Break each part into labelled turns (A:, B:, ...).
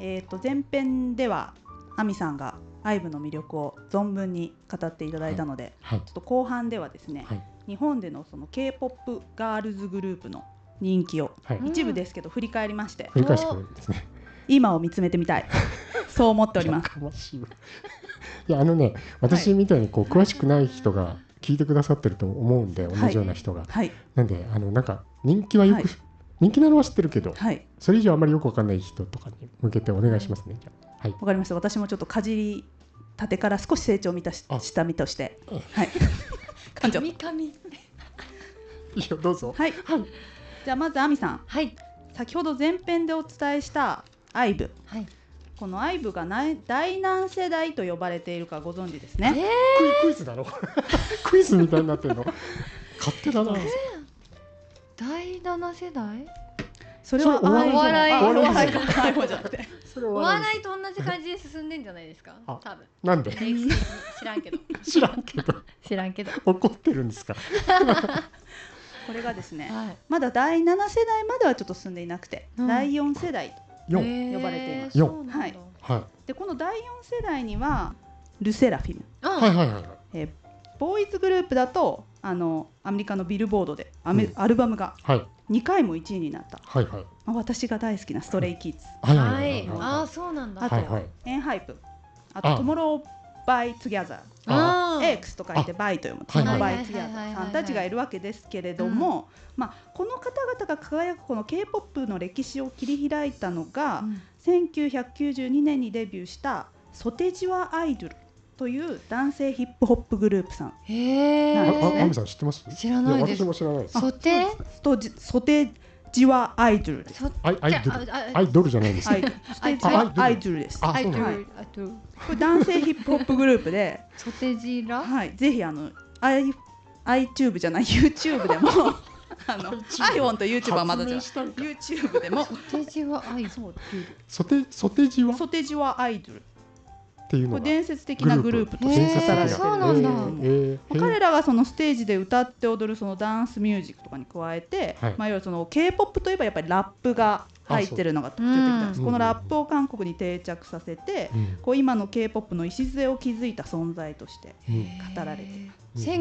A: ー、と前編では亜美さんが IVE の魅力を存分に語っていただいたので、
B: はい
A: ちょっと後半ではですね、
B: はい
A: 日本でのその k p o p ガールズグループの人気を
B: はい、
C: うん
A: 一部ですけど振り返りまして、
B: 繰り返してくれるんですね。
A: 今を見つめてみた いそう思っております。
B: やかま しいわいやあのね私みたいにこう詳しくない人が聞いてくださってると思うんで、
A: はい
B: 同じような人が。
A: はい、
B: なんであのなんか人気はよく、
A: はい
B: 人気なのは知ってるけど
A: はい、
B: それ以上あんまりよくわかんない人とかに向けてお願いしますね。じゃあはい
A: わかりました。私もちょっとかじりたてから少し成長を見たし
B: あ
A: した身として
B: あ、
A: はい、感情。
C: 神々
B: いいよどうぞ。
A: はい、じゃあまず亜美さん、
C: はい
A: 先ほど前編でお伝えしたアイブ、
C: はい
A: このアイブがな第何世代と呼ばれているかご存知です
C: え
A: ね。
B: クイクイズだろ クイズみたいになってるの勝手だな、
C: 第七世代
A: それは
B: それお
A: アイブ
C: 笑い
A: あお
B: お
A: 笑
B: 笑
A: い
B: い
A: じゃないアイブじゃなくて。
B: それ
C: お
B: は
C: 笑いと同じ感じで進んでんじゃないですか
B: あ
C: 多分
B: なんで
C: 歴史的に知らんけど
B: 知らんけど
C: 知らんけどは
B: 怒ってるんですか
A: これがですね、
C: い
A: まだ第7世代まではちょっと進んでいなくて、
C: うん
A: 第4世代。
B: 4
A: 呼ばれています
B: よ
C: そうなんだ
A: はい
B: は
A: でこの第4世代にはルセラフィム。
C: うん
B: い、はいはいはい
A: えーボーイズグループだとあのアメリカのビルボードでアメ、
B: うん
A: アルバムが
B: はい
A: 2回も1位になった
B: はいはい
A: まあ私が大好きなストレイキッズ、
B: はいは
C: はいいああそうなんだ
A: あ
B: はい
A: と
B: は
A: はい
B: はい
A: エンハイプあと
B: あ
A: トモローバイツギャザ
C: あ
A: ー
C: ー
A: エークスと書いてバイと読むト
B: はい
A: モロー
B: は
A: バ
B: い
A: イツギャザ
C: はいはいはい
A: ー
C: はい
A: さんたちがいるわけですけれども、まあ、この方々が輝くこの k p o p の歴史を切り開いたのが、
C: うん
A: 1992年にデビューしたソテジワアイドルという男性ヒップホップグループさん
C: へ
B: あ
A: は
B: あ
A: い
B: あ
C: え
B: みさん知ってます
C: 知らないで
B: や私
C: す
B: も知らないです
C: ソテ
A: とじソテジワアイドルです。
C: ソ
B: アイアイドル
C: あ あ
B: アイドルじゃないんです
A: ア
B: よ
A: イドルソテジ
B: アイド
A: ワ
B: ル
A: アイドルです。こ
B: あ
C: ア
B: そ
C: イ
B: う
C: ド
B: な
C: ル
B: の
A: はい
C: アイドル
A: れ男性ヒップホップグループで、
C: ソテジラ
A: はい、ぜひあの i iTube じゃない YouTube でもあの iPhone と YouTube はまだじゃない
B: 発明したんか
A: YouTube でも
C: ソテジはアイドル
B: ソテソテジワっ
A: ソテジワアイドル
B: ていう
A: これ
B: のが
A: 伝説的なグループと
C: へ
A: して語
B: 伝説
C: ー
B: 的
A: られて
C: そ
A: る
C: うなんだ
B: えーえー
A: 彼らがそのステージで歌って踊るそのダンスミュージックとかに加えて、
B: はい
A: まあ、いわゆるその K-POP といえばやっぱりラップが入ってるのが特徴的なんです
B: あそううん
A: このラップを韓国に定着させて、
B: うん
A: こう今の K-POP の礎を築いた存在として
B: うん
A: 語られてる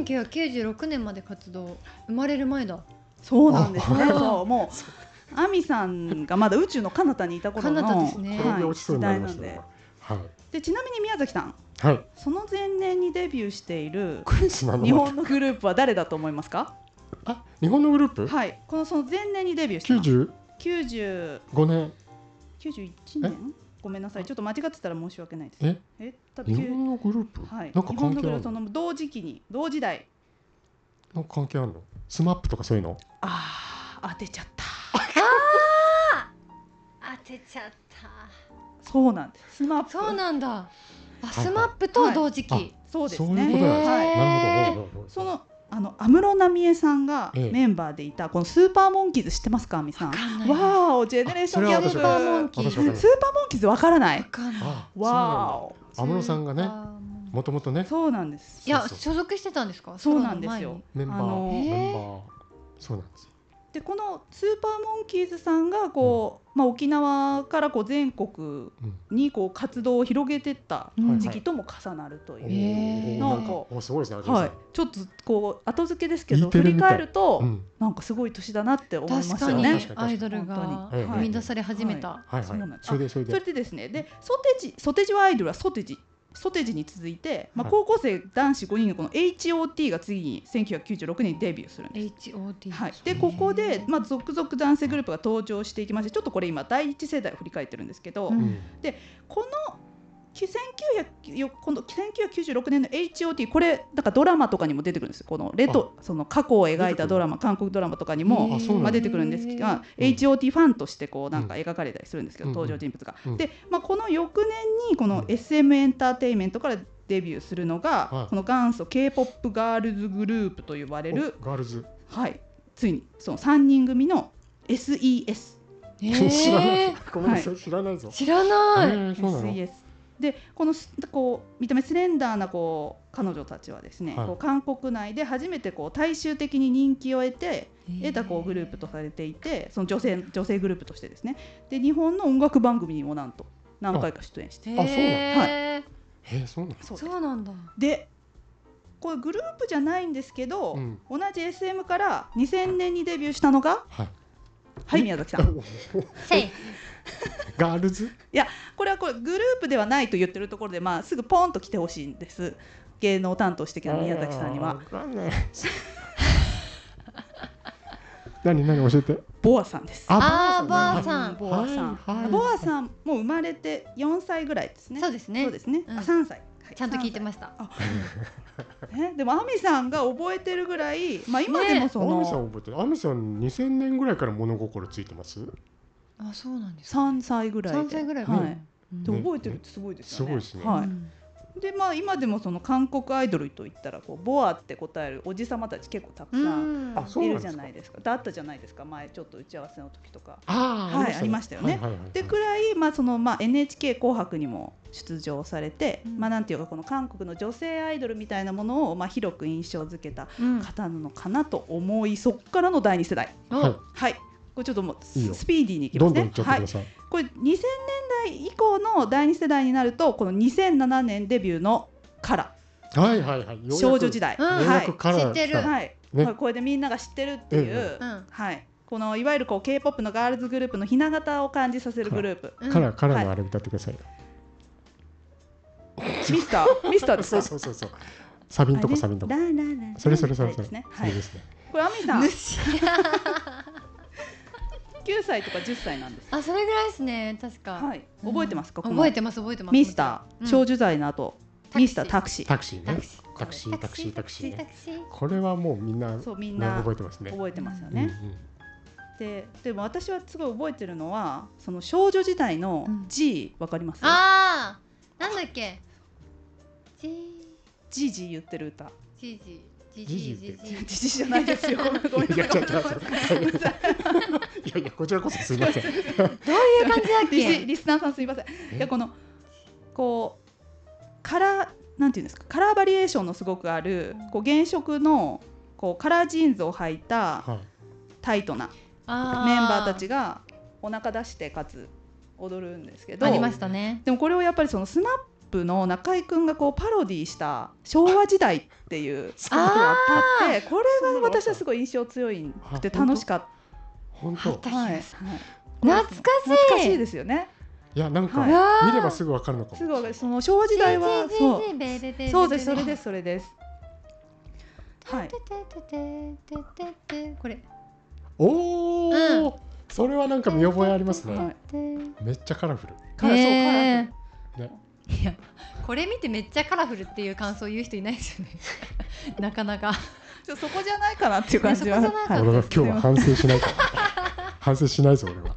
C: 1996年まで活動生まれる前だ
A: そうなんですね
C: あ
A: そうもう亜美さんがまだ宇宙の彼方にいた頃の
C: 彼方ですね
B: これで落ちそうになりまし
A: 時
B: た
A: 代な
B: ね
A: んで
B: はい
A: でちなみに宮崎さん
B: はい
A: その前年にデビューしている
B: クイズなの
A: 日本のグループは誰だと思いますか
B: あ日本のグループ
A: はいこのその前年にデビューしてます
B: 95
A: 90
B: 年
A: 91年ごめんなさいちょっと間違ってたら申し訳ないです
B: え
A: えだって
B: 日本のグループ
A: はい
B: なんか
A: 日本
B: 関
A: のグル
B: 係あ
A: ー
B: る
A: プそ
B: の
A: の同時期に同時代
B: なんか関係あるのスマップとかそういうの
A: あー当てちゃった
C: 当てちゃった
A: そうなんですスマップ
C: そうなんだあ
B: はい
C: スマップと同時
B: は
C: 期
B: い
A: そうです
B: そういうことなん
A: ね
B: です
A: はい
C: へー
B: なるほどなるほど
A: そのあの安室奈美恵さんが
B: ええ
A: メンバーでいたこのスーパーモンキーズ知ってますか、亜美さん。わ
C: かんないわ
A: ーお、ジェネレーションギャップ。
B: そ
A: スー
B: れ
A: パ
B: は
A: ーモン
C: キー
B: 私わかんない
A: キーズわからない。
C: かんな
B: あ
C: い
B: そうなんだ
A: わーお、
B: 安室さんがね
C: スーパーモン
B: もともとね
A: そうなんです
C: い。や
B: そう
C: 所属してたんですか
A: そうなんですよ。
B: メンバ
A: あ
B: ー、
A: の
C: ー
B: メンバーそうなんですよ
A: で、このスーパーモンキーズさんがこう、まあ、沖縄からこう全国にこう活動を広げてった
C: うん
A: 時期とも重なるという。
C: いへー
A: なんか
B: おすごいですね
A: はい、ちょっとこう後付けですけど振り返ると、
B: うんはい
A: なんかすごい年だなって思います
C: 確か
A: よ
C: に
A: ね。
B: 確か
C: ア
B: に
C: イドルが
A: 本
B: 当に
C: 生み出され始めた
B: はい
A: そうなんです
B: それでそれ
A: それ
B: で
A: でですねでソテジソテジはアイドルはソテジソテジに続いて、まあ、
B: はい
A: 高校生男子5人のこの HOT が次に1996年にデビューするんです。
C: HOT
A: はい、でここで、まあ、続々男性グループが登場していきましてちょっとこれ今第一世代を振り返ってるんですけど、
C: うん
A: この1900よこの1996年の HOT これだからドラマとかにも出てくるんですよこのレトその過去を描いたドラマ韓国ドラマとかにも
B: あそうなんだ
A: まあ、出てくるんですが、
B: うん
A: HOT ファンとしてこうなんか
B: う
A: 描かれたりするんですけど、
B: うん
A: 登場人物が。
B: うん
A: で、まあ、この翌年にこ
B: う
A: の
B: ん
A: SM エンターテインメントからデビューするのが、
B: はい
A: この元祖 k p o p ガールズグループと呼ばれる、
B: おガールズ
A: はい、ついにその3人組の SES。
C: え
B: 知らない
C: ー
B: ごめんなさい知らないぞ
C: 知らない
B: えーそうなの
A: SES でこのすこう見た目スレンダーなこう彼女たちはですね、
B: はい
A: こう韓国内で初めてこう大衆的に人気を得て得たこうグループとされていてその女性女性グループとしてですねで日本の音楽番組にもなんと何回か出演して
C: へ
B: あそうなの
C: え
B: えー、そうなの
A: そうです
C: そうなんだ
A: でこれグループじゃないんですけど、
B: うん
A: 同じ SM から2000年にデビューしたのが
B: はい
A: はい宮崎さん
C: せい
B: ガールズ
A: これはこれグループではないと言ってるところで、まあ、すぐポンと来てほしいんです芸能担当してきた宮崎さんに
B: あー
A: は
B: わかんない 何何教えて
A: ボアさんです
C: あー
B: ば
C: ばあさん
A: ボアさん、
B: はいはい
A: ボアさんも生まれて4歳ぐらいですね
C: そうですね
A: そうですね、
C: うん
A: あ3歳、はい
C: ちゃんと聞いてました
A: 3歳ねでも亜美さんが覚えてるぐらいまあ今でもそ
B: アミさ
A: の
B: ん覚えてるアミさん2000年ぐらいから物心ついてます
C: あそうなんです
A: 3歳ぐらいで
C: 三歳ぐらい
A: は
C: か
A: い、
C: な
A: で
B: も
A: 覚えてるってすごいですよね。
B: うんすごいですね
A: は
C: う
A: い。
C: ん
A: でまあ今でもその韓国アイドルといったらこうボアって答えるおじさまたち結構たく
C: う
A: さん
C: ん
B: あそう
A: い
B: な
A: る
B: んですか
A: じゃないですか。だったじゃないですか前ちょっと打ち合わせの時とか。
B: あー
A: はいありましたよね
B: はいはいはいはい
A: でくらいまあそのまあ NHK 紅白にも出場されて、
C: うん
A: まあなんていうかこの韓国の女性アイドルみたいなものをまあ広く印象付けた
C: うん
A: 方なのかなと思いそっからの第二世代。
C: あ
B: はい
A: はい。これちょっともう
B: いいよ
A: スピーディーにいきま
B: ど
A: す
B: んどん
A: ね
B: 行っ。ちゃって
A: は
B: く
A: い
B: だ。さい、
A: これ2000年代以降の第二世代になるとこの2007年デビューの「カラ
B: はい、はいはいようやく
A: 少女時代」
C: うん
B: ようや
A: はい
B: くカラーが来た
C: 知ってる
B: はい
A: はい
B: ね
A: まあこれでみんなが知ってるっていう、
B: え
C: うん
A: はい、このいわゆるこう k p o p のガールズグループの雛形を感じさせるグループ
C: うん
B: カラーカラーのあれ歌ってくださいよ、
A: ミスターミスターです
B: そう
A: か
B: そうそうそうサビんとこサビんとこ
A: ララララ
B: それそれそれ
A: はいで
B: それ
A: すね、
B: そ
A: は
B: れ
A: い
B: で、すね
A: これアミさん
C: 主
A: 9歳とか10歳なんです、
C: あそれぐらいですね確か
A: はい、覚えてますか、
C: う
A: こ
C: ん
A: の
C: 覚えてます覚えてます
A: ミスター、少
C: 女
A: 女時代の後
C: タクシー
A: ミスタータクシー
B: タクシーねタクシータクシータクシーね
C: タクシー
B: これはもうみんな
A: そうみんな
B: 覚
A: 覚
B: えてますね
A: えてますよ
B: うんう
A: ね
B: ん、
A: ででも私はすごい覚えてるのはその少女時代の
C: うん
A: G わ、かります
C: あーなんだっけジー
A: ?G G 言ってる歌
C: ジージー
B: ジ
C: ジ
B: ー
C: ー
B: ジ
C: ジ
B: ー
C: ー
B: って
C: ジー
A: じじじゃないです よごめんごめん
B: いやちょっと
A: ごめんごめんなさい
B: いやいやこちらこそすみません
C: どういう感じだっ
A: リス
C: け
A: リスナーさんすみません
B: え
A: いやこのこうカラーなんていうんですかカラーバリエーションのすごくあるこう原色のこうカラージーンズを履いた
B: はい
A: タイトなメンバーたちがお腹出してかつ踊るんですけど
C: ありましたね
A: でもこれをやっぱりそのスナップの中居君がこうパロディーした昭和時代っていう
B: そんなの
C: あ
A: あ
C: ー
A: ってこれが私はすごい印象強いくて
B: あ本当
A: 楽しかっ
B: 本
C: あ
B: 当
C: っ
A: た。
C: た気がす
A: はい
C: 懐かしい
A: 懐かしいですよね。
B: いやなんか、
A: はいう
C: わー
B: 見ればすぐわかるのかも
A: すごいその昭和時代は
C: ジージ
A: そ
C: ージーベーベーベーベ
A: う
C: ー
A: そうですそれ
C: ベ
A: で
C: ー
A: すそれです。はい
C: て。てててててこれ
B: おお、それはなんか見覚えありますね、
A: はい。
B: めっちゃカラフル
A: カラそうカラ
C: え
A: フル
B: フルね
C: ーいやこれ見てめっちゃカラフルっていう感想言う人いないですよね なかなか
A: ちょっとそこじゃないかなっていう感じは。
C: ねそこじゃ
A: はい
C: ないかな。
A: う
C: ん
B: 俺は今日は反省しないから反省しないぞ俺は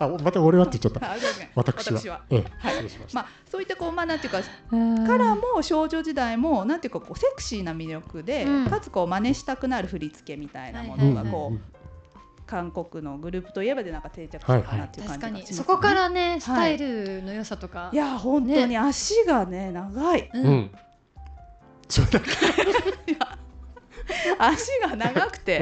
B: あまた俺はって言っちゃった
A: あそうですね
B: 私は
A: 私は。
B: ええ、失礼しました、
A: まあそういったこうまあなんていうか
C: カラ
A: カラーも少女時代もなんていうかこうセクシーな魅力で、
C: うん
A: かつこう真似したくなる振り付けみたいなも
B: う
A: の
B: ん
A: が
B: うん
A: こう、
B: うん
A: 韓国のグループといえばでなんか定着したかなっていう感じが
C: 確か
A: し
C: に
A: ますね
C: そこからねスタイルの良さとか
A: いや本当に足がね長い
C: う
B: うんんちょっと
A: 足が長くて、
B: え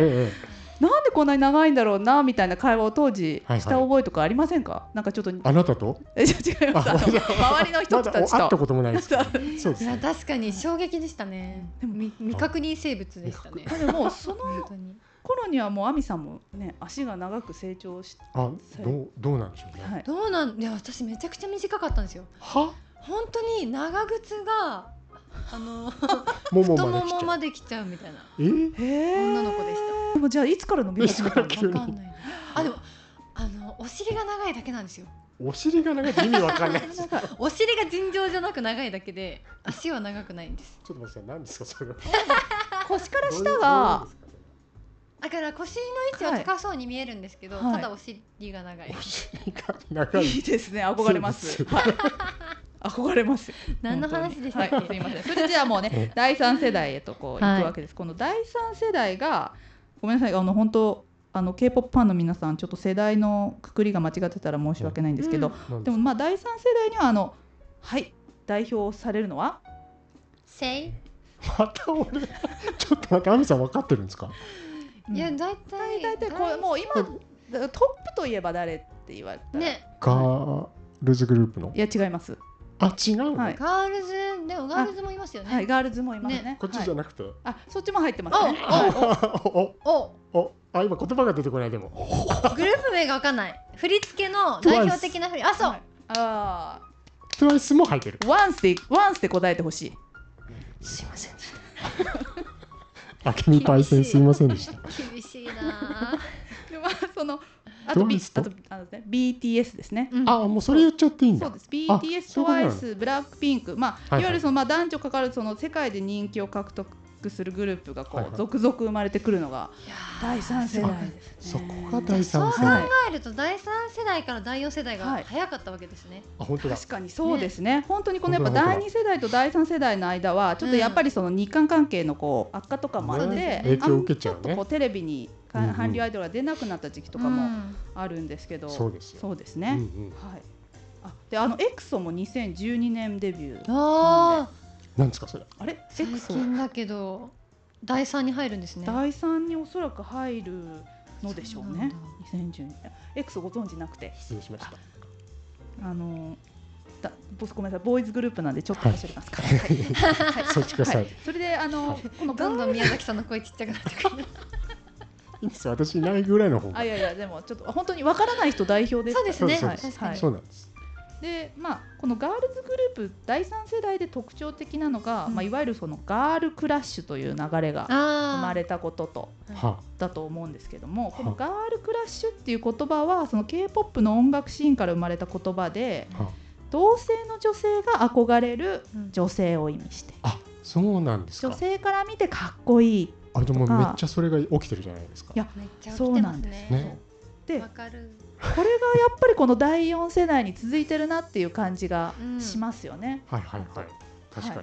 B: え
A: なんでこんなに長いんだろうなみたいな会話を当時
B: はいはい
A: した覚えとかありませんか、なんかちょっと
B: あなたと
A: え 違いますあの周りの人
B: まだ
A: た
B: 会っ
A: ちと、
B: たこともないですけどそうで
C: い
B: す
C: や
B: ね
C: 確かに衝撃でしたね
A: でも
C: み未確認生物でしたね
A: でもその
C: 本当に
A: 頃にはもう亜美さんもね足が長く成長して、
B: あどうどうなんでしょうね、
A: はい、
C: どうなんいや私めちゃくちゃ短かったんですよ
B: は
C: 本当に長靴があの
B: ももま
C: 太
B: で
C: も
B: 来
C: も
B: ちゃ
C: ま
B: う
C: で来ちゃうみたいな
B: えー
A: 女
C: 女の子でした
A: たもうじゃあいつから伸び始めた の
B: いつ
A: か
B: 急
C: わ
B: に
C: かんないなあでもあのお尻が長いだけなんですよ
B: お尻が長いって意味わかんないです
A: なんか
C: お尻が尋常じゃなく長いだけで足は長くないんです
B: ちょっと待ってください何ですかそれは
A: 腰から下が
C: だから腰の位置は高そうに見えるんですけど、
A: はい
C: ただお尻が長い、
B: お尻が長
A: いい
B: い
A: ですね憧れます
B: そうで
A: はい憧れますよ
C: 何の話でしたっけ、
A: 本当にはい、すいま せんそれじゃあもうね第三世代へとこう
C: はい
A: 行くわけです、この第三世代がごめんなさいあの本当あの K-POP ファンの皆さんちょっと世代のくくりが間違ってたら申し訳ないんですけど、
C: うん
B: なん
A: で
B: で
A: もまあ第三世代にはあのはい代表されるのは
C: せい
B: また俺ちょっと待ってアミさん分かってるんですか
C: いや
A: うん
C: 大体
A: 大体こうもう今トップといえば誰って言われたら
C: ね
B: がルーズグループの
A: いや違います。
B: あ違うの、
A: はい
C: ガールズでもガールズもいますよね。
A: はい、ガールズもいますね。
B: こっちじゃなくて、
A: はいあ、そっちも入ってます
C: お
A: ね。
B: お
C: お
B: おおあ今言葉が出てこないでも
C: おグループ名がわかんない。振り付けの代表的な振り。あそう、
A: はい。ああ、
B: TWICE も入ってる
A: ワンスでワンスで答えてほしい。
C: すいません。
B: あけみパイセンすいませんでした
C: 厳しいな
A: でまあそのあと B
B: トワイスと
A: あとあのね BTS です ね。
C: ぁ。
B: あもうそれ言っちゃっていいん
A: そう
B: だ
A: です。
B: あ
A: BTS、
B: そういうことな
A: TWICE、
B: の
A: ブラックピンク、まあ、
B: はいはい
A: いわゆるそのまあ男女関わるその世界で人気を獲得するグループがこう、
B: はいはい
A: 続々生まれてくるのが第三世代です
B: そ
A: ね。
B: こが第
C: そ
B: 三
C: う考
B: 世代
C: えると第三世代から第四世代
A: は
C: が
A: い
C: 早かったわけですね。
B: あ本当だ
A: 確かにそうですね本当にこのやっぱ
B: 本当だ本
A: 第
B: 当だ
A: 二世代と第三世代の間はちょっとやっぱりその日韓関係のこう悪化とかもあって、
C: ね
B: 影響を受けちゃうね
A: あんちょっとこうテレビにか
B: うんうん
A: 韓流アイドルが出なくなった時期とか
C: う
A: も
C: ん
A: あるんですけど、
B: そうですよ
A: そうです
B: うんう
A: ね、
B: ん
A: はいあであのエクソも2012年デビュー
C: ああ
B: なんですかそれ
A: あれエ
C: 最
A: クソ
C: 近だけど第三に入るんですね。
A: 第三におそらく入るのでしょうね
C: そ
A: 2012年エクソご存知なくて
B: 失礼しました
A: あのだボスごめんなさいボーイズグループなんでちょっと走りますか、
B: はいそっちくださ
A: はいい、それであの、
B: はい
A: この
C: ど
A: ガ
C: ん
A: ー
C: どん宮崎さんの声ちっちゃくなってくる。
B: いいんですよ私いないぐらいの方
A: あ
B: が
A: いやいやでもちょっと本当にわからない人代表です
C: そうですね。
B: そう
A: です
C: 確かに
A: はい
B: そうなんです
A: でまあこのガールズグループ第三世代で特徴的なのが、
C: うん
A: まあいわゆるそのガールクラッシュという流れが生
C: あ
A: ま
C: あ。
A: れたことと
B: は
A: だと思うんですけどもこ
B: は
A: のガールクラッシュっていう言葉はその K-POP の音楽シーンから生まれた言葉で
B: あは
A: 同性の女性が憧れる
C: うん
A: 女性を意味して
B: ああそうなんです
A: 女
B: か
A: 性から見てかっこいい
B: あでも
A: と
B: め
A: か
B: っちゃそれが起きてるじゃないですか
A: いや
C: めっちゃ起きてますね。
B: そうなんですね
A: で
C: わかる。
A: これがやっぱりこの第4世代に続いてるなっていう感じがしますよね。
B: はいはいはい確かに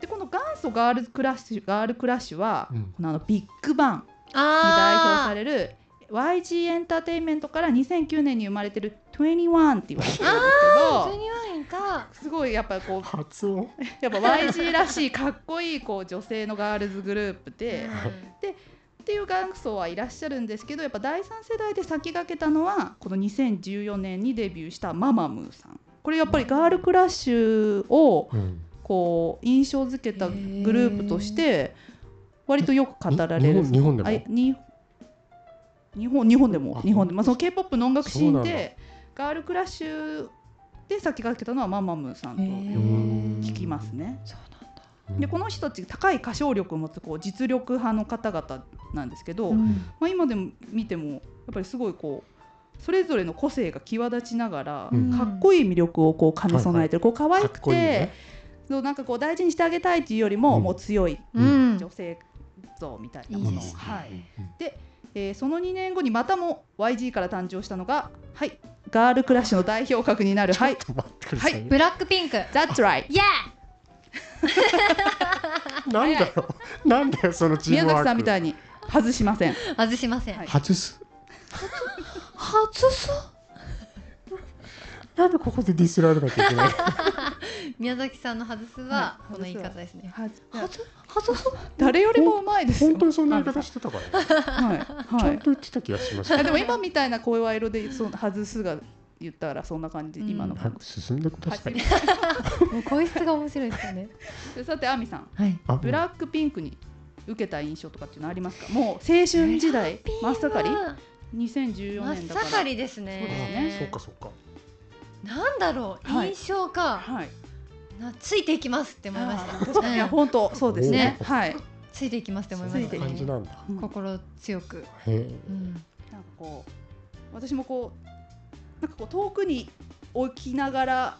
A: でこの元祖ガールズクラッシュガールクラッシュは、
B: うん
A: このあのビッグバンに代表
C: あ
A: される YG エンターテインメントから2009年に生まれてる21って言われてるん
C: あ。
A: ですけど
C: 12万円か。
A: すごいやっぱこう
B: 発音
A: やっぱ YG らしいかっこいいこう女性のガールズグループで
B: はい
A: っていう元祖はいらっしゃるんですけどやっぱ第三世代で先駆けたのはこの2014年にデビューしたママムーさん。これやっぱりガールクラッシュを
B: うん
A: こう印象付けたグループとして割とよく語られ
B: 日
A: る
B: 本日本で
A: あ
B: も
A: いに日本日本でも
B: あ
A: 日本でも、まあ、その k p o p の音楽シーン
B: そうなん
A: でガールクラッシュで先駆けたのはママムーさんと
C: へ
A: よく聞きますね。
C: そうなんだ。
A: でこの人たち高い歌唱力を持つこう実力派の方々なんですけど、
C: うん
A: まあ、今でも見てもやっぱりすごいこうそれぞれの個性が際立ちながら、
B: うん
A: かっこいい魅力をこう兼ね備えてる、こう可愛くて
B: かっこいいね
A: そうなんかこう大事にしてあげたいっていうよりも、
B: うん
A: もう強い
C: うん。
A: 女性像みたいなもの
C: いいですね
A: はい
B: うん
A: えーその2年後にまたも YG から誕生したのがはいガールクラッシュの代表格になるはい
B: ちょっと 待ってくださいよ
C: ブラックピンク。
A: That's right
C: イエ
B: なんだよなんだよそのチー
A: 宮
B: ムワ
A: 崎
B: ーク
A: さんみたいに外しません
C: ー。外しません。
A: はい
B: 外す
C: 外す。
B: なんでここでディスられなきゃいけない
C: 宮崎さんの外す
A: は
C: は
A: い
C: この言い方ですね。
A: 外
C: 外外す。
A: 誰よりもうまいですよ
B: 本当にそんな言い方してたからねち
A: はい、
B: ゃ
A: は
B: ん
A: い
B: と、言ってた気がします
A: い
B: け
A: や
B: ど
A: でも今みたいな声色でその外すが言ったらそんな感じ、
C: うん
A: 今の
B: はい
A: 感じ
B: 進んでください
C: もう声質が面白いですよね。
A: でさて亜美さん
C: はい。
B: あ
A: ブラックピンクに受けた印象とかっていうのはありますかもう青春時代真っ盛り2014
C: 真っ
A: 年だから
C: 盛りですね。
A: そうです
B: うんそうかそうか
C: なんだろう
A: はい
C: 印象か、
A: はい
C: なついていきますって思いまし
A: あー
C: た。
A: 確かにいや
C: うん
A: 本当そうですね
B: ね
A: はい
C: ついていきますって思いま
B: そん
A: つ
B: な
A: て
B: い
C: し
A: いき
B: 感じ
C: たね。
B: なんだ
A: うんなんか
C: 心強く。
B: へえ
C: うん。
A: こう私もこうなんかこう遠くに置きながら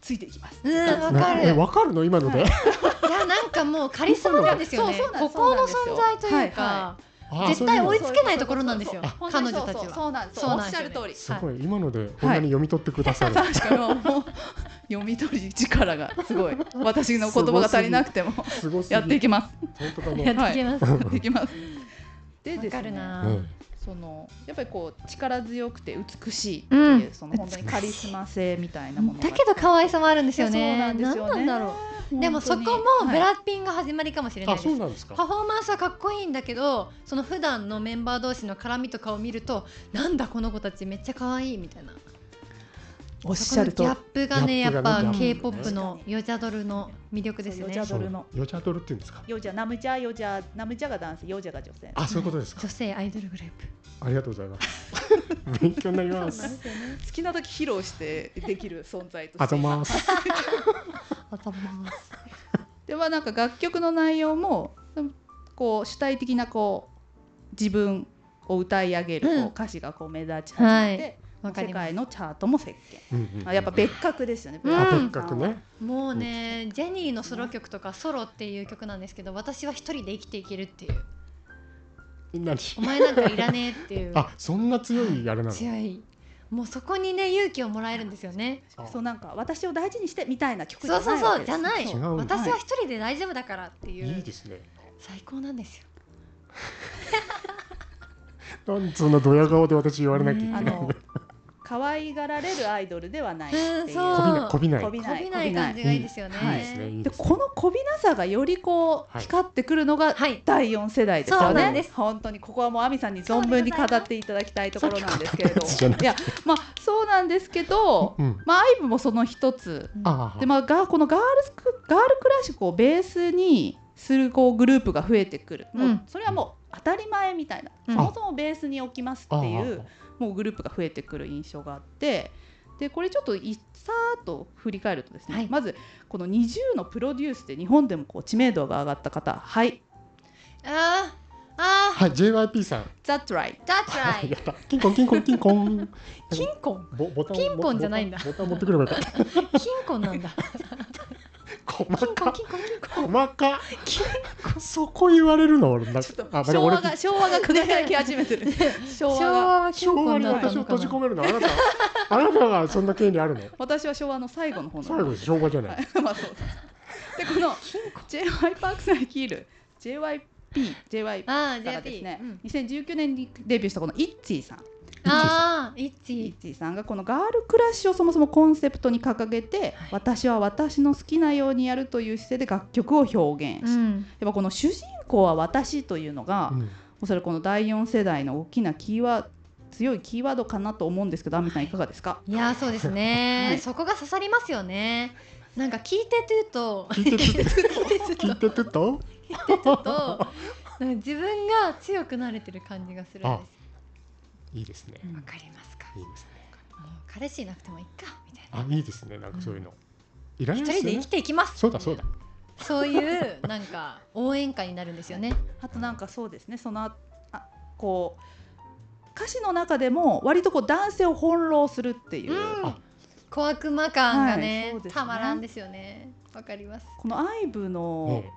A: ついていきます
C: うんわか
B: なえ
C: る。
B: わかるの今の
A: は
B: で
A: い
C: いやなんかもうカリスマなんですよね。
A: そうそうなんで
C: 孤
A: す
C: 高の存在という
A: は
C: か、
B: あ
C: 絶対追いつけないところなんですよ
A: そうそう
C: 彼女たちは
A: そうそうなんです
C: そう
A: お
C: な
A: っ
C: ん
A: し
C: です
A: ゃ
C: よ
A: る
C: ね
A: 通り
B: すごい今のでこんなに読み取ってくださる
A: 確かにもう読み取り力がすごい私の言葉が足りなくても
B: すごすぎ
A: やっていきます
B: 本当だね
C: や
A: は
C: って
A: い
C: いけます。
A: やっていきますで
C: わ
A: です
C: かる
A: ね
C: な。
B: うん
A: そのやっぱりこう力強くて美しいっていう、その本当にカリスマ性みたいなものが
C: だけど可愛さもあるんですよ
A: いやそ
C: ね。
A: うなんですよね
C: なんなんだろう。でもそこもブラッピンが始まりかもしれない
B: あ
C: です。
B: そうなんですか
C: パフォーマンスはかっこいいんだけどその普段のメンバー同士の絡みとかを見るとなんだこの子たちめっちゃ可愛いみたいな
A: おっしゃると
C: ギャップが
B: ギ
C: ね
B: ャップがね
C: やっぱ
B: ギャッ
C: k
B: プ
C: p o p のヨジャドルの魅力ですよね
A: ヨジャドルの
B: そうヨジャドルっていうんですか
A: ヨジャナムジャヨジャナムジャが男性ヨジャが女性
B: あそういうことですか
C: 女性アイドルグループ
B: ありがとうございます勉強になります
C: ですよね
A: 好きな時披露してできる存在と
B: あ
A: し
B: ざ
A: て今
B: ます
C: 頭ます
A: ではなんか楽曲の内容もこう主体的なこう自分を歌い上げるこう
C: うん
A: 歌詞がこう目立ち始めて、
C: わか
A: 世
C: りま
A: 界のチャートも席巻、
B: うんうんうん
A: あやっぱ別格ですよね、
C: うん
B: あ
A: ブラウ
B: 別
A: ンさんは
B: 格ね
C: すもうねジェニーのソロ曲とかソロっていう曲なんですけど私は一人で生きていけるっていう
B: 何
C: お前なんかいらねえっていう
B: あそんな強いあれなの
C: 強いもうそこにね勇気をもらえるんですよね
B: あ
A: そうなんか私を大事にしてみたいな曲じゃ
C: そう
A: ない
C: そう
A: わけ
C: そ
A: で
C: うじ
A: す
C: ゃない
B: 違うんだ
C: 私は一人で大丈夫だからっていう
B: いいですね
C: 最高なんですよ
B: なんでそんなドヤ顔で私言われなきゃいけな
A: あ
B: い
A: の可愛がられるアイドルではないっていう,、
C: うんそう
B: こびないこびない
A: こび
C: こ
A: ない
C: びない感じがいいですよね、
A: うん
B: いいですねいい
A: で
B: ですね
A: このこびなさがよりこう、
B: はい
A: 光ってくるのが
C: はい
A: 第四世代です
C: そ
A: よ
C: うなんで
A: ね
C: す。
A: 本当にここはもう亜美さんに存分に語っていただきたいところなんですけれど
B: さっき語ったやつじゃない
A: やまあそうなんですけど
B: うん
A: まあアイブもその一つ
B: ああ
A: でまあがこのガールズクガールクラシックをベースにするこうグループが増えてくる、もう
C: うん
A: それはもう当たり前みたいな、
C: うん
A: そもそもベースに置きますってい
B: あ
A: うもうグループが増えてくる印象があってでこれちょっといさーっと振り返るとですね、
C: はい
A: まずこの20のプロデュースで日本でもこう知名度が上がった方はい
C: あーあー
B: はい JYP さん
A: That's right
C: ダッツライ
B: やったキンコンキンコンキンコン
C: キンコン
B: ボボタン
C: ピンポンじゃないんだ
B: ボタンボタン持ってくればよかった
C: キンコンなんだ
B: 細
C: キンコン
B: か
C: キンコンキンコン
B: 細かそこ言われるの俺な
A: ちょっ
B: あ
A: と
B: だから
A: 昭
B: 俺
A: 和が昭和が輝き始めてる昭和
C: 昭
A: が
C: 和はキン
B: 昭
C: コ
B: 和
C: ン
B: に
C: だった
B: 私を
C: のか
B: 閉じ
C: な
B: 込めるのあなたあなたがそんな権利あるの
A: 私は昭和の最後の方なの
B: 最後昭和じゃな
A: はい い、まあそうです。でこの j y パークさん率いる JYP、JY か
C: ああ
A: らです
C: JP
A: ね
C: うん、
A: 2019年にデビューしたこのイッチーさん、
C: ああイッ
A: イッ
C: チ
A: チーさんがこのガールクラッシュをそもそもコンセプトに掲げて、
C: はい
A: 私は私の好きなようにやるという姿勢で楽曲を表現し、
C: う
A: やっ
C: ん
A: ぱこの主人公は私というのが、
B: う
A: も
B: ん
A: うそれこの第四世代の大きなキーワード強いキーワードかなと思うんですけど、アミさんいかがですか？
C: いやーそうですね、
A: はい
C: そこが刺さりますよねなんか聞いてトゥーと
B: 聞いてて
C: 聞いて
B: 聞いててと
C: トゥとなんか自分が強くなれてる感じがするんですわ
B: いいですね
C: かりますか
B: いいですね
C: もう彼氏いなくてもいいかみたい
B: あ
C: ない
B: いですねなんかそういうのいらない
C: 一
B: です
C: 人
B: よ
C: で生
B: ね
C: きていきます
B: そうだそうだ
C: そういうなんか応援歌になるんですよね
A: あとなんかそうですねそのああこう歌詞の中でも割とこう男性を翻弄するっていう、
C: うん小悪魔感が
A: はい
C: ね,、
A: そうですね
C: たまらんですよねわかります
A: このアイブの、
B: ね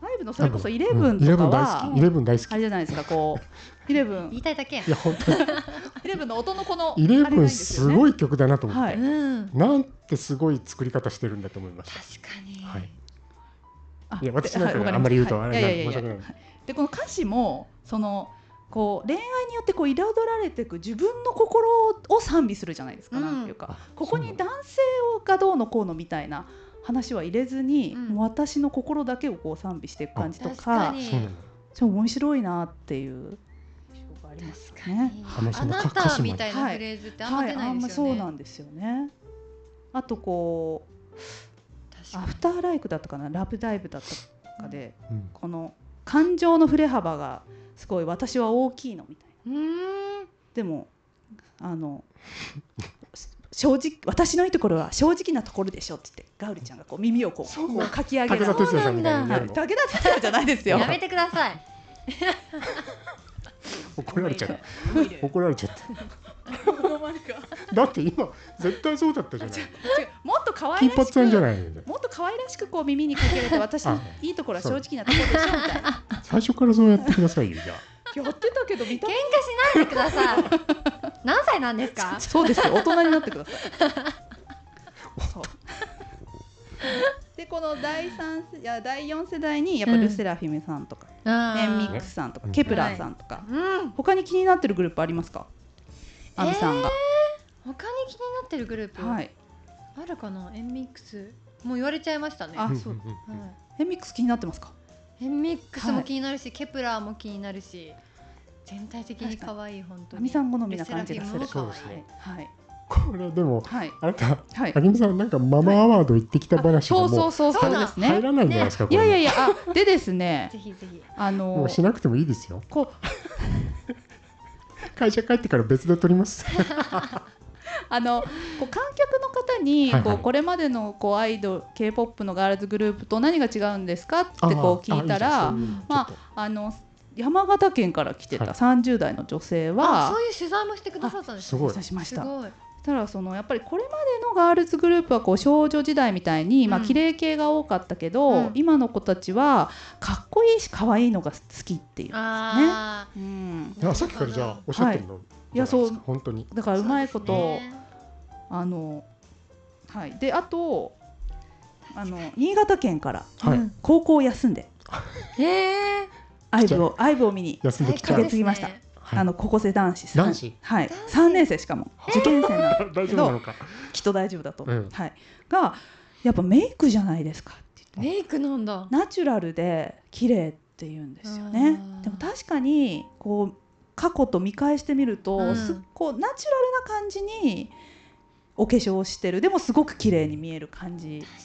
A: アイブのそれこそイレ
B: う
A: ブ
B: ん
A: ン
B: イレ
A: と
B: ブ
A: かは、
B: ン大好きイレブン大好
A: あ
B: き
A: れじゃないですかこうイレブ
C: 言
A: ン
C: いたいだけ
B: いや本 当に
A: イレブンの音のこの
B: イレ
A: あれな
B: ブン
A: いです
B: す
A: よね
B: ごい曲だなと思っ
A: は
B: て
A: い
C: うん
B: なんてすごい作り方してるんだと思いました
C: 確かに、
B: はい
A: あ
B: いや私
A: で
B: なん
A: はい
B: か
A: わ
B: が
A: か
B: あんまり言うと
A: は
B: あ
A: い
B: れ
A: いや
B: ない
A: やいや
B: 申し訳ない
A: でこの歌詞もそのこう恋愛によってこう彩られていく自分の心を賛美するじゃないですか、
C: うん
A: なんていうか
B: あ
A: ここに男性をがどうのこうのみたいな話は入れずに、
C: うん
A: もう私の心だけをこう賛美していく感じと
C: 確
A: かちょ
C: か
B: そ
C: に
B: うなの
A: っと面白いなっていう印象があります
C: 確かに、
A: ね。
B: 話の
C: あな
B: 歌
C: た
B: 詞まで
C: みたいなフレーズってあんま出
A: あ
C: ない
A: んま
C: です
A: そ
C: よ
A: う
C: ね、
A: なんですよね。あとこう
C: 確
A: ア
C: かに
A: フターライクだったかなラブダイブだったかで、
B: うん
A: この感情の振れ幅がすごい私は大きいのみたいな。
C: うーん
A: でもあの 正直私のいいところは正直なところでしょって言ってガウリちゃんがこう耳をこ
B: そう
A: うこうかき上げ
B: 武
A: ながら
B: 田鉄矢さんみたいにや
A: はい
B: る
A: 武
B: の
A: 田鉄矢じゃないですよ。
C: やめてください
B: 怒られちゃう
A: 思い出。
B: 怒られちゃっ
A: 思い出
B: ただって今絶対そうだったじゃない
A: 違うもっと可愛
B: 金
A: ら
B: 髪
A: し
B: さんじゃ
A: く。
B: ないよね
A: もっと可愛らしくこう耳にかけれて私のいいところは正直なところでしょみたいな
B: 最初からそうやってくださいよじゃ
A: やってたけど見た
C: 喧嘩しないでく ださい何歳なんですか
A: そうですよ大人になってください。そうでこの第三世いや第四世代にやっぱ
C: うん
A: ルセラフィムさんとか、ネンミックスさんとか、
B: うん
A: ケプラーさんとか、
C: うん
A: 他に気になってるグループありますか？アミさんが、
C: 他に気になってるグループ、
A: はい。
C: あるかなエンミックスもう言われちゃいましたね
A: あ
B: あ
A: そうん
B: んんん
C: は
A: エミックス気になってますか？
C: い、エンミックスも気になるし、ケプラーも気になるし全体的に可愛い本当
A: ア
C: に
A: ミさん好みな感じがする。
C: ルセラフィムも可愛
B: そう
C: い
B: ですね
A: はい。
B: これでも
A: はい
B: あなた
A: はい
B: あ。きみさんなんかママアワード行ってきた話
A: そ
B: が
A: うそ
B: も
A: うそう
C: そ
A: そうう
C: だ
A: です
B: 入
A: ね。
B: らないんじゃないですか、
A: いやいやい
B: や
A: やあでです ね
C: ぜひぜひ。
A: あ
B: も
A: の
B: うしなくてもいいですよ
A: こう
B: 会社帰ってから別で撮ります
A: あのこう観客の方に
B: はいはい
A: こうこれまでのこうアイドル K-POP のガールズグループと何が違うんですかってこう聞いたら
B: あーあいいじゃん
A: ま
B: そういうのちょっと
A: あの山形県から来て
B: は
A: た
B: い
A: 30代の女性
C: あ
A: は
C: そういう取材もしてくださったんです
B: すごい
A: そうしまし
C: す
A: た。
C: ごい。
A: ただそのやっぱりこれまでのガールズグループはこう少女時代みたいに、まあ
C: うん
A: 綺麗系が多かったけど、
C: うん
A: 今の子たちはかっこいいし可愛いのが好きっていう、
C: あ
A: うん、
B: いやさっきからじゃあおっしゃってるの、
A: いやそう
B: じゃなですか本当に
A: だか
C: あ
A: らうまいこと、
C: そうですね
A: あのはいであとあの新潟県から
B: は
C: う
B: い
C: ん
A: 高校を休んで
C: へえ。
A: アイブをアイブを見に、
B: 休んできち
A: 一
B: ゃ
A: ヶ
B: う
A: 月継ぎました
B: はい
A: あの高校生男子さん
B: 男子
A: はい
C: 男子
A: 三年生しかも受験生なんで
B: 大丈夫なのか
A: きっと大丈夫だと、
B: うん
A: はいがやっぱメイクじゃないですかって言って
C: メイクなんだ。
A: ナチュラルで綺麗って言うんですよ
C: う
A: ね
C: ん。
A: でも確かにこう過去と見返してみると、
C: うん
A: すこうナチュラルな感じにお化粧をしてるでもすごく綺麗に見える感じ
C: 確か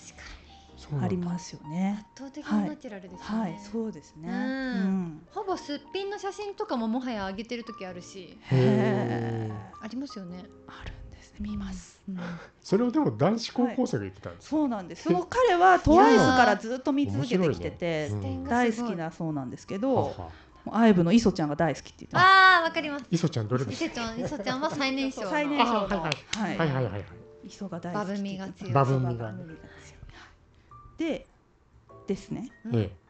B: そうな
A: あ
B: ん
A: り
B: だ
A: ますよ
C: に。
A: ね。
C: 圧倒的にナチュラルですよね。
A: はい、そうですね。
C: うん
A: うん
C: ほぼすっぴんの写真とかももはや上げてる時あるし。
A: へえ
B: へー
C: ありますよね。
A: あるんですね。見ます。うん
B: それをでも男子高校生が言ってたんです、
A: そうなんです。その彼はトワイスからずっと見続けてきて
B: 面
A: て、
B: 白いねうん
A: 大好きなそうなんですけど、
B: は
A: も
B: は
A: うアイブのイソちゃんが大好きって言ってま
C: ああ、わかります。
B: いそちゃんどれで
C: 伊
B: す
C: 勢ちゃん、伊勢ちゃんは最年
A: す。
C: 少の。
A: 最年少の
B: あはいはい
A: はい
B: はいはいはいはい
A: 磯が大好
C: バ
A: き
C: ブみが強い。
B: バブみが
A: バブみが強いでですね
C: うん
B: ええ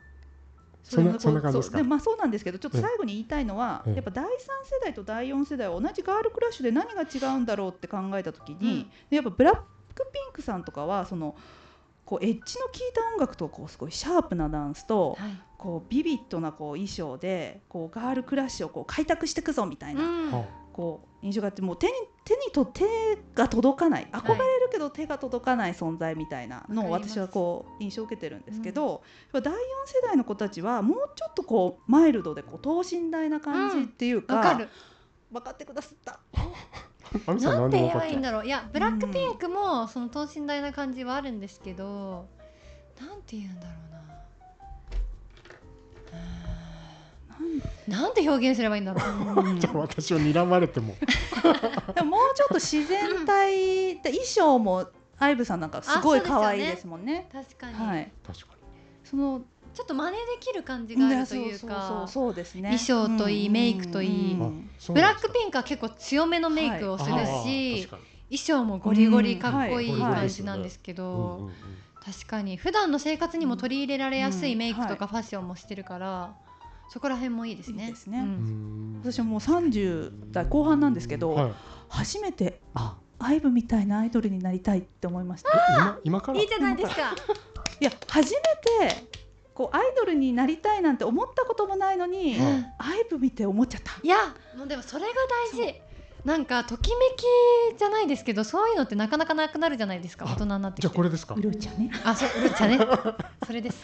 B: そんなそんな感じですか
A: そうまあ、そうなんですけどちょっと
B: ええ
A: 最後に言いたいのは、
B: ええ
A: やっぱ第3世代と第4世代は同じガールクラッシュで何が違うんだろうって考えた時に、
C: うん
A: でやっぱブラックピンクさんとかはそのこうエッジの効いた音楽とこうすごいシャープなダンスと
C: はい。
A: こうビビッドなこう衣装でこうガールクラッシュをこう開拓していくぞみたいな、
C: うん
B: は
A: こう印象があってもう手に手にと手が届かない憧れるけど手が届かない存在みたいなのを
C: わかります
A: 私はこう印象を受けてるんですけど、やっぱ第4世代の子たちはもうちょっとこうマイルドでこう等身大な感じっていうか,、
C: わかる。
A: 分かってくださった
B: あの人は
C: な
B: 何
C: んて
B: で
C: 言
B: も分
C: えば
B: かっ
C: いい
B: てる
C: んだろういやブラックピンクもその等身大な感じはあるんですけど、なんて言うんだろうなうーんなんて表現すればいいんだろう
A: うん
B: じゃあ 私を睨まれても
A: でももうちょっと自然体で衣装もアイブさんなんかすごい
C: あそうですよね
A: 可愛いですもんね。
C: 確かに、
A: はい、
B: 確かに
A: その
C: ちょっと真似できる感じがあるという
A: そ
C: か
A: うそうそうですね
C: 衣装といいメイクといい
A: うん
B: あそう
C: ブ
B: な
C: ラ
B: んで
C: ッ
B: す
C: ク
B: か
C: ピンクは結構強めのメイクをする
A: ンク
B: あ
C: し、
B: ー確か
C: 衣装もゴリゴリかっこいい
A: うんはい
C: 感じなんですけど、
B: にうんうんうん
C: 確かに普段の生活にも取り入れられやすい
A: うん
C: メイクと
A: は
C: かファッションもしてるから、そこら辺もいいですね。
A: いいですね
C: う
B: うんん
A: 私はもう30代後半なんですけど、
B: はい
A: 初めてあアイブみたいなアイドルになりたいって思いました
B: え今今から
C: いいじゃないですか。
A: いや初めてこうアイドルになりたいなんて思ったこともないのに、
B: はい
A: アイブ見て思っちゃった
C: いや、もうでもそれが大事。なんかときめきじゃないですけど、そういうのってなかなかなくなるじゃないですか。
B: あ
C: 大人になっ
B: じ
C: てき
B: ゃあ
C: て。
B: これですか
A: うるちゃね
C: あ、そう、うろっちゃね。それです。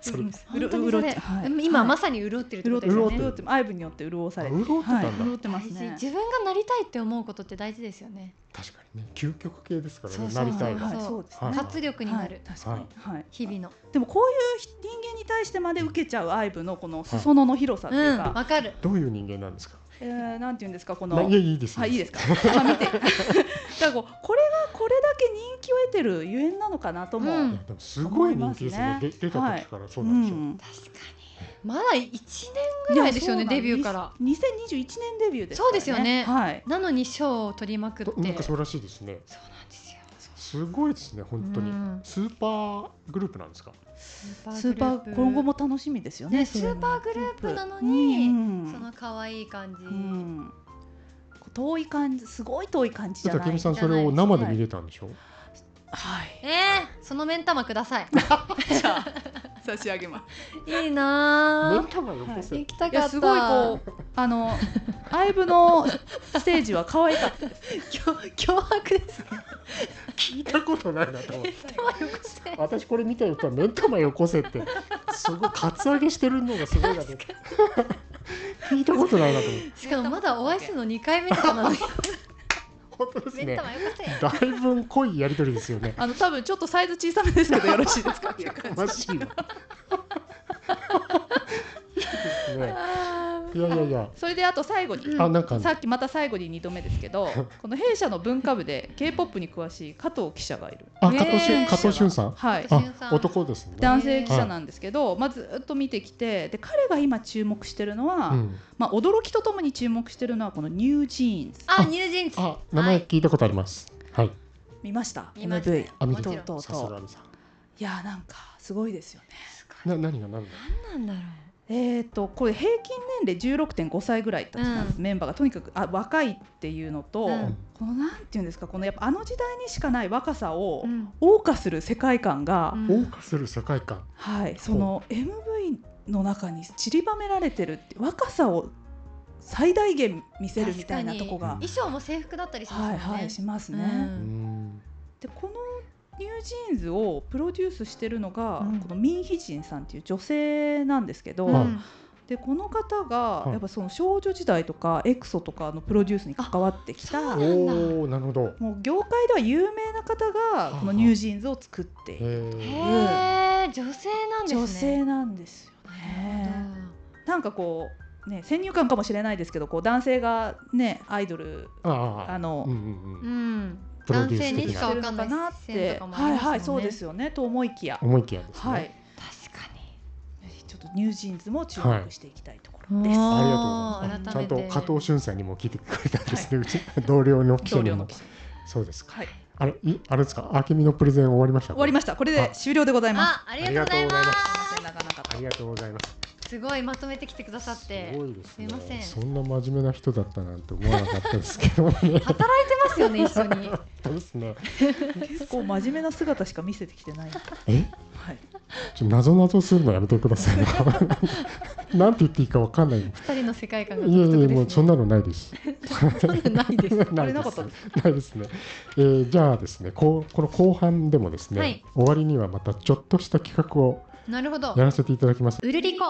B: それです
C: うん本当にそう
A: ろうろ
C: れ
A: ちゃはい
C: うん今まさに潤ってるって
A: 潤
C: こ
A: っ
C: と
A: てる
B: 潤
C: ですよね。
A: 潤ってアイブによって潤されて
B: あ潤ってたんだ
A: はい、潤ってます
C: 大事
A: ね
C: 自分がなりたいって思うことって大事ですよね。
B: 確かにね究極系ですから
C: そう
B: ね
C: そう
B: なりたい
A: は
B: が
A: い、そうですね、
B: はい
C: 活力になる。
A: はい確かに、はい
C: 日々の。
A: でもこういう人間に対してまで受けちゃうアイブのこの裾野の広さって
C: う、
A: いうんか、
C: わかる。
B: どういう人間なんですか
A: えーなんていうんですかこの
B: ないやいいです
A: はい、いいですか。あ、見て。だ からこう、これがこれだけ人気を得てるゆえんなのかなとも。
C: う
B: い
C: ん
B: やでもすごい人気ですね
A: 思いますね
B: で出た時からそう
A: う
B: なんですよ
A: ん。
C: 確かに。まだ一年ぐらいですよね、
A: やそうな
C: デ
A: ん
C: ビューから。
A: に2021年デビューですから、
C: そうですよね
A: はい。
C: なのに賞を取りまくって。
B: となんかそうらしいですね
C: そうなんですよ。
B: すごいですね本当に
C: うん
B: スーパーグループなんですか
A: スーパー今後も楽しみですよね。
C: ね
A: そういうの
C: スーパーグループなのに
A: うん
C: その可愛い感じ。
A: うんこう遠い感じ、すごい遠い感じじ
B: だ
A: ゃ
B: か
A: な
B: らケ
A: い
B: ミ。さんそれを生で見れたんでしょ
A: はい。
C: えー、その目ん玉くだ さい。
A: じゃあ差し上げ ます。
C: いいな
B: 目玉よこ
C: ー。
B: せ
C: 行きた
A: い
C: か
A: や
C: った。
A: すごいこうあのアイブのステージは可愛かったです。
C: 脅迫ですね。
B: 聞いたことないなと思って
C: 目ん玉よこせ。
B: 私これ見たよとは目玉よこせってすごいカツアゲしてるのがすごいなと思って聞いたことないなと思って
C: しかもまだお会いするの二回目とかなのに。
B: 本当です
C: 目ん
B: ね。
C: 玉よこ
B: だ
C: せ
B: いぶ濃いやりとりですよね。
A: あの多分ちょっとサイズ小さめですけどよろしいですかっていう 感
B: マ
A: じ
B: ジいわいいですね。
C: あ
B: いやいやいや。
A: それであと最後に、
C: うん
B: あ、なんか。
A: さっきまた最後に2度目ですけ どこの弊社の文化部で k p o p に詳しい加藤記者がいる、
B: あ、
C: ね
B: 加藤俊、加藤俊さん。
A: はい、
C: 加藤俊さ
B: あ、
C: ん
B: 男ですね。
A: 男性記者なんですけど、まあ、ずっと見てきてで彼が今注目してるのは、
B: うん。
A: まあ、驚きとともに注目してるのはこのニュージーンズ
C: あニュージーンズ
B: あ、名前
C: はい
B: 聞いたことあります。はい。
A: 見ました
C: 見ましたよ
A: MV
B: あ見た
C: もちろん
A: とう
B: さす
A: と
B: が
A: う
B: にさん。
A: いやーなんかすごいですよね
B: な、何が何が。
C: 何なんだろ
A: えー、とこれ平均年齢16.5歳ぐらいたちなんです、
C: う
A: メンバーがとにかくあ若いっていうのと、
C: うん
A: このなんていうんですかこのやっぱあの時代にしかない若さを
C: う、うん
A: 謳歌する世界観が、
B: 謳歌する世界観。
A: はい、その MV の中に散りばめられてるって若さを最大限見せるみたいなとこが
B: 確かに、
C: 衣装も制服だったりしますもん
A: はい
C: ね、
A: はい、しますね。
B: う
C: うん
B: ーん。
A: でこのニュージーンズをプロデュースしてるのが、
C: うん
A: このミンヒジンさんっていう女性なんですけど、
B: はい
A: でこの方が
B: はい
A: やっぱその少女時代とかエクソとかのプロデュースに関わってき
C: あ
A: た
C: そうなんだ
B: おお、なるほど。
A: もう業界では有名な方がこのニュージーンズを作っている
B: へ
C: へ
B: え。
C: え女性なんですね
A: 女性なんですよ
C: な
A: ね。
C: る
A: なんかこうね先入観かもしれないですけどこう男性がねアイドル
B: ああ。
A: あの
B: うんうん
C: ほ
B: う。
C: どうんん
B: プロ
C: 男
B: デュー
C: 性
B: ス
C: に
B: 的
C: しか
B: な。
C: わかんない
A: なっ
C: 視線
A: て
C: とかもあ
A: は
C: り
A: い
C: ますもんね
A: はいそうですよねと思いきや、
B: 思いきやですね。
A: はい。
C: 確かに
A: ちょっとニュージーンズも注目していきたいところです。
C: は
B: ありがとうございます。ちゃ
C: 改
B: ん
C: めて
B: と加藤俊さんにも聞いてくれたんですね。うち同僚の記者
A: 同
B: に
A: 僚の
B: も
A: 記。者
B: そうですか。
A: はい
B: あれ、い、あれですか。あけみのプレゼン終わりました。
A: 終わりましたこれで終了でございます。
C: あありがとうござい
B: あ
A: いませ
B: りがとうございます
C: ま
A: んなかなか
B: ありがとうございます。
C: すすごいまとめてきてくださって
B: すごいですね。
C: すいません
B: そんな真面目な人だったなんて思わなかったですけどね。
C: 働いてますよね一緒に
B: そうですね。
A: 結構真面目な姿しか見せてきてない。
B: え、
A: はい。
B: ちょ謎謎するのやめてくださいよ。 なんて言っていいかわかんない。い
C: 二人の世界観が
B: や
C: 独特です、ね、
B: いやもうそんなのないです。
C: そんな ないです
A: こ
B: な
A: れ
B: い
A: なか
B: で
A: った
B: す
A: で。
B: ないですね。えーじゃあですね、こうこの後半でもですね、
C: はい
B: 終わりにはまたちょっとした企画を
C: なるほど
B: やらせていただきます。
C: うるりこ